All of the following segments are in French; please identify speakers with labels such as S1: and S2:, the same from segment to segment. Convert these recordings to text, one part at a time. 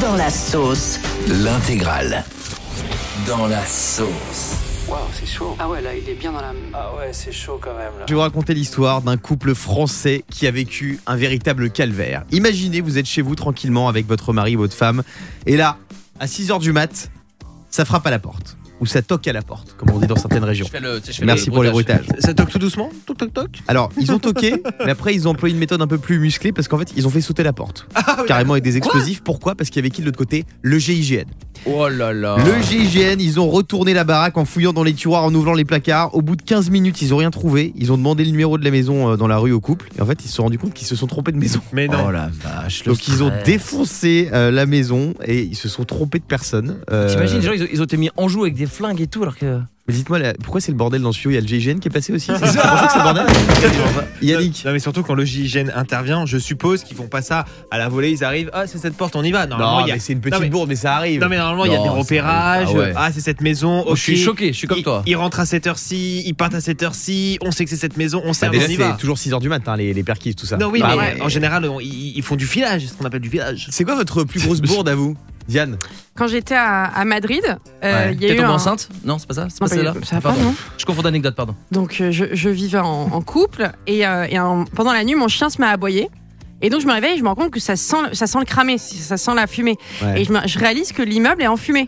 S1: Dans la sauce.
S2: L'intégrale. Dans la sauce.
S3: Waouh, c'est chaud.
S4: Ah ouais, là, il est bien dans la.
S3: Ah ouais, c'est chaud quand même. Là.
S5: Je vais vous raconter l'histoire d'un couple français qui a vécu un véritable calvaire. Imaginez, vous êtes chez vous tranquillement avec votre mari ou votre femme, et là, à 6h du mat, ça frappe à la porte. Ou ça toque à la porte, comme on dit dans certaines régions. Merci pour les bruitages.
S6: Ça toque tout doucement Toc toc toc
S5: Alors, ils ont toqué, mais après, ils ont employé une méthode un peu plus musclée parce qu'en fait, ils ont fait sauter la porte.
S6: Ah,
S5: Carrément avec des explosifs. Pourquoi Parce qu'il y avait qui de l'autre côté Le GIGN.
S6: Oh là là
S5: Le GIGN, ils ont retourné la baraque en fouillant dans les tiroirs, en ouvrant les placards. Au bout de 15 minutes, ils ont rien trouvé. Ils ont demandé le numéro de la maison euh, dans la rue au couple. Et en fait, ils se sont rendus compte qu'ils se sont trompés de maison.
S6: Mais non
S2: Oh la vache. le
S5: Donc, ils ont
S2: stress.
S5: défoncé euh, la maison et ils se sont trompés de personne. Euh,
S7: T'imagines, genre, ils ont, ils ont été mis en joue avec des flingues et tout, alors que.
S5: Mais dites-moi, là, pourquoi c'est le bordel dans le studio Il y a le GIGN qui est passé aussi C'est pour ça que c'est le bordel Yannick
S6: Non mais surtout quand le GIGN intervient, je suppose qu'ils font pas ça à la volée, ils arrivent, ah c'est cette porte, on y va. Normalement,
S5: Non,
S6: il y a...
S5: mais c'est une petite
S6: Non, mais-
S5: bourde, mais ça arrive.
S6: non mais normalement il y a
S2: Non,
S6: des
S2: ça
S6: repérages, ah,
S2: arrive. Ah ouais.
S6: c'est cette maison,
S7: Oh, je suis
S6: ok.
S7: choqué, je suis comme
S6: Ils-
S7: toi.
S6: Ils rentrent à cette heure-ci, ils partent à cette heure-ci, on sait que c'est cette maison, on sait,
S5: Bah,
S6: on
S5: déjà,
S6: y va.
S5: c'est toujours 6h du matin, les, les perquises, tout ça.
S6: Non oui,
S5: Bah,
S6: mais
S5: ouais.
S6: en général, on- ils, ils font du filage, ce qu'on appelle du filage.
S5: C'est quoi votre plus grosse bourde à vous Diane
S8: Quand j'étais à, à Madrid, euh,
S7: Ouais.
S8: il y a
S7: T'es
S8: eu
S7: tombée
S8: un-
S7: enceinte Non, c'est pas ça C'est pas
S8: Non, pas-
S7: celle-là
S8: ça va pas,
S7: Pardon.
S8: non
S7: Je confonds d'anecdotes, pardon.
S8: Donc euh, je, je vivais en, en couple et, euh, et en- pendant la nuit, mon chien se m'a aboyé. Et donc je me réveille et je me rends compte que ça sent, le- ça sent le cramé, ça sent la fumée.
S5: Ouais.
S8: Et je, me- je réalise que l'immeuble est en fumée.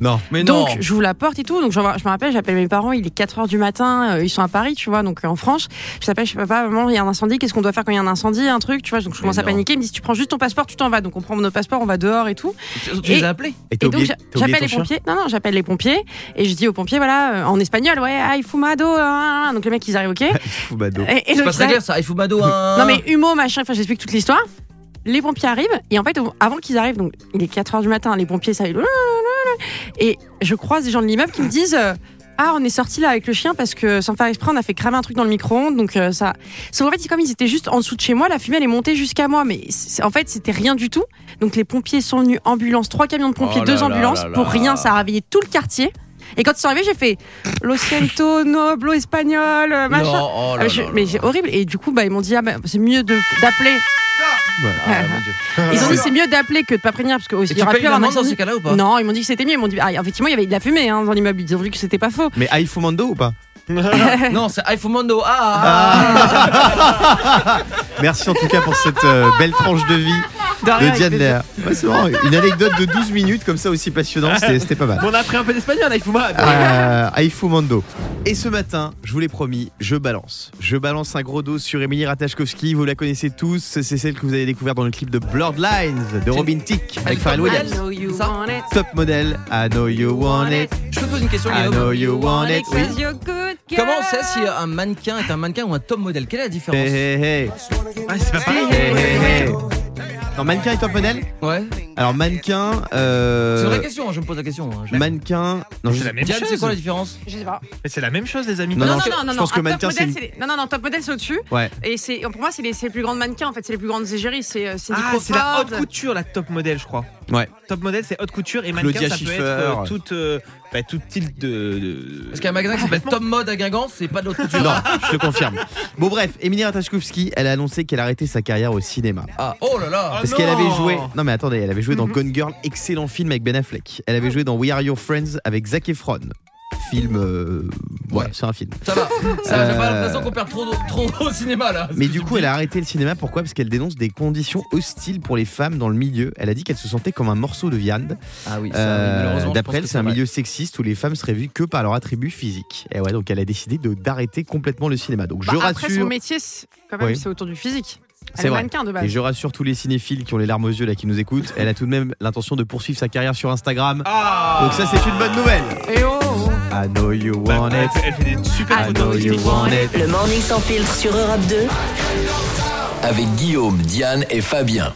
S5: Non.
S7: Mais non
S8: Oh, donc j'ouvre la porte et tout. Donc j'envoie- je me rappelle, j'appelle mes parents, il est 4h du matin, euh, ils sont à Paris, tu vois, donc euh, en France. Je t'appelle, je sais papa, maman, il y a un incendie, qu'est-ce qu'on doit faire quand il y a un incendie, un truc, tu vois. Donc je commence à
S7: non.
S8: paniquer, ils me disent, tu prends juste ton passeport, tu t'en vas. Donc on prend nos passeports, on va dehors et tout.
S7: Tu tu les
S8: Et-
S7: as appelés
S5: Et t'as
S8: Et donc
S5: oublié,
S8: j'a-
S5: t'as oublié
S8: j'appelle
S5: ton
S8: les
S5: chien
S8: pompiers. Non non, j'appelle les pompiers et je dis aux pompiers voilà euh, en espagnol ouais ay fumado. hein, hein. Donc les mecs ils arrivent ok. Et,
S5: Fou, bado.
S8: et
S7: C'est
S8: donc,
S7: pas très
S8: ils
S7: clair ça, ah, il faut Mado un.
S8: arrivent- Non mais humo machin. Enfin j'explique toute l'histoire. Les pompiers arrivent et en fait au- avant qu'ils arrivent donc il est 4 heures du matin les pompiers ça et je croise des gens de l'immeuble qui me disent euh, ah on est sorti là avec le chien parce que sans faire exprès on a fait cramer un truc dans le micro-ondes donc euh, ça. Sauf en fait comme ils étaient juste en dessous de chez moi la fumée elle est montée jusqu'à moi mais c'est- en fait c'était rien du tout donc les pompiers sont venus ambulance trois camions de pompiers
S7: Oh là
S8: deux
S7: là
S8: ambulances
S7: là là.
S8: pour rien ça a réveillé tout le quartier. Et quand ils sont arrivés, j'ai fait Lo siento, noblo espagnol, euh, machin.
S7: Non, oh
S8: Ah,
S7: là là
S8: mais je-
S7: là
S8: mais
S7: là.
S8: c'est horrible. Et du coup, bah, ils m'ont dit ah, bah, c'est mieux de- d'appeler.
S7: Ah, mon Dieu.
S8: Ils ont dit c'est mieux d'appeler que de pas prévenir parce que oh,
S7: Et
S8: il
S7: tu
S8: y aurait
S7: payes
S8: pu avoir un
S7: l'amende dans
S8: incendie.
S7: ces cas-là ou pas
S8: Non, ils m'ont dit que c'était mieux. Ils m'ont dit ah, effectivement il y avait de la fumée hein, dans l'immeuble. Ils ont vu que c'était pas faux.
S5: Mais Aifumando ou pas
S7: Non, c'est iPhone Mando. Ah,
S5: Merci en tout cas pour cette euh, belle tranche de vie
S8: Ah.
S6: Ah,
S5: de Diane Lair. Ouais, c'est marrant, une anecdote de 12 minutes comme ça aussi passionnante, c'était c'était pas mal.
S6: On a appris un peu d'espagnol, il faut
S5: Euh, Aifumando. Et ce matin, je vous l'ai promis, je balance. Je balance un gros dos sur Émilie Ratajkowski, vous la connaissez tous, c'est celle que vous avez découvert dans le clip de Bloodlines de Robin Thicke avec Pharrell Williams.
S8: I know you
S7: Ça.
S8: want it,
S5: Top modèle, I know you want it,
S7: Je peux te poser une question,
S5: I
S7: Guillaume
S5: know you want it. Oui.
S8: because you're good girl.
S7: Comment on sait si un mannequin est un mannequin ou un top modèle Quelle est la différence
S8: Eh,
S5: Hey, hey, hey.
S6: c'est pas pareil.
S5: Hey, hey, hey. Non, mannequin et top modèle
S8: eh.
S7: Ouais.
S5: Alors mannequin, euh,
S7: C'est une vraie question, hein, je me pose la question. hein. Je-
S5: mannequin. Non, je-
S6: C'est la même
S7: Diane,
S6: chose.
S7: c'est quoi la différence
S8: Je sais pas.
S6: Mais c'est la même chose, les amis.
S5: Non,
S8: Non,
S5: non,
S8: non,
S5: je-
S8: non,
S5: je
S8: non,
S5: pense
S8: un
S5: que
S8: top
S5: mannequin,
S8: modèle,
S5: c'est-
S8: c'est les- Non, non, non, top modèle, c'est au-dessus.
S5: Ouais.
S8: Et c'est, pour moi, c'est les, c'est les plus grandes mannequins, en fait, c'est les plus grandes égéries. C'est euh, Cindy
S6: Ah, c'est
S8: Crawford.
S6: la haute couture, la top modèle, je crois.
S5: Ouais.
S6: Top modèle, c'est haute couture et mannequin,
S5: Claudia
S6: ça
S5: Schiffer.
S6: peut être euh, toute, euh, bah, toute type de, de-
S7: Parce qu'un magasin qui s'appelle Top Mode à Guingamp, c'est pas de l'autre couture.
S5: Non, je te confirme. Bon bref, Emilie Ratajkowski, elle a annoncé qu'elle arrêtait sa carrière au cinéma.
S7: Ah, oh là là
S6: Ah
S5: Parce qu'elle
S6: non
S5: avait joué. Non mais attendez, elle avait joué dans
S7: Mhm.
S5: Gone Girl, excellent film avec Ben Affleck. Elle avait joué dans We Are Your Friends avec Zac Efron. Film. euh, Ouais, c'est un film.
S7: Ça va, ça va, j'ai pas
S5: Euh.
S7: l'impression qu'on perd trop, d'eau- trop au cinéma là.
S5: Mais du coup, elle a arrêté le cinéma. Pourquoi Parce qu'elle dénonce des conditions hostiles pour les femmes dans le milieu. Elle a dit qu'elle se sentait comme un morceau de viande.
S7: Ah oui, ça,
S5: Euh,
S7: malheureusement, je pense
S5: D'après elle,
S7: que
S5: c'est un
S7: vrai.
S5: milieu sexiste où les femmes seraient vues que par leur attribut physique. Et ouais, donc elle a décidé de d'arrêter complètement le cinéma. Donc
S8: Bah,
S5: je
S8: après, son
S5: rassure.
S8: métier, c'est- quand même,
S5: Oui.
S8: c'est autour du physique.
S5: C'est
S8: Elle est
S5: vrai.
S8: mannequin de
S5: Et
S8: base.
S5: je rassure tous les cinéphiles qui ont les larmes aux yeux là qui nous écoutent, elle a tout de même l'intention de poursuivre sa carrière sur Instagram. Donc ça c'est une bonne nouvelle.
S8: Et oh, oh.
S5: Ah. I know you
S6: Bah,
S5: want
S6: elle,
S5: it.
S6: fait- elle fait des super
S5: I know
S6: photos.
S5: you want it.
S1: Le morning sans filtre sur Europe 2.
S2: Avec Guillaume, Diane et Fabien.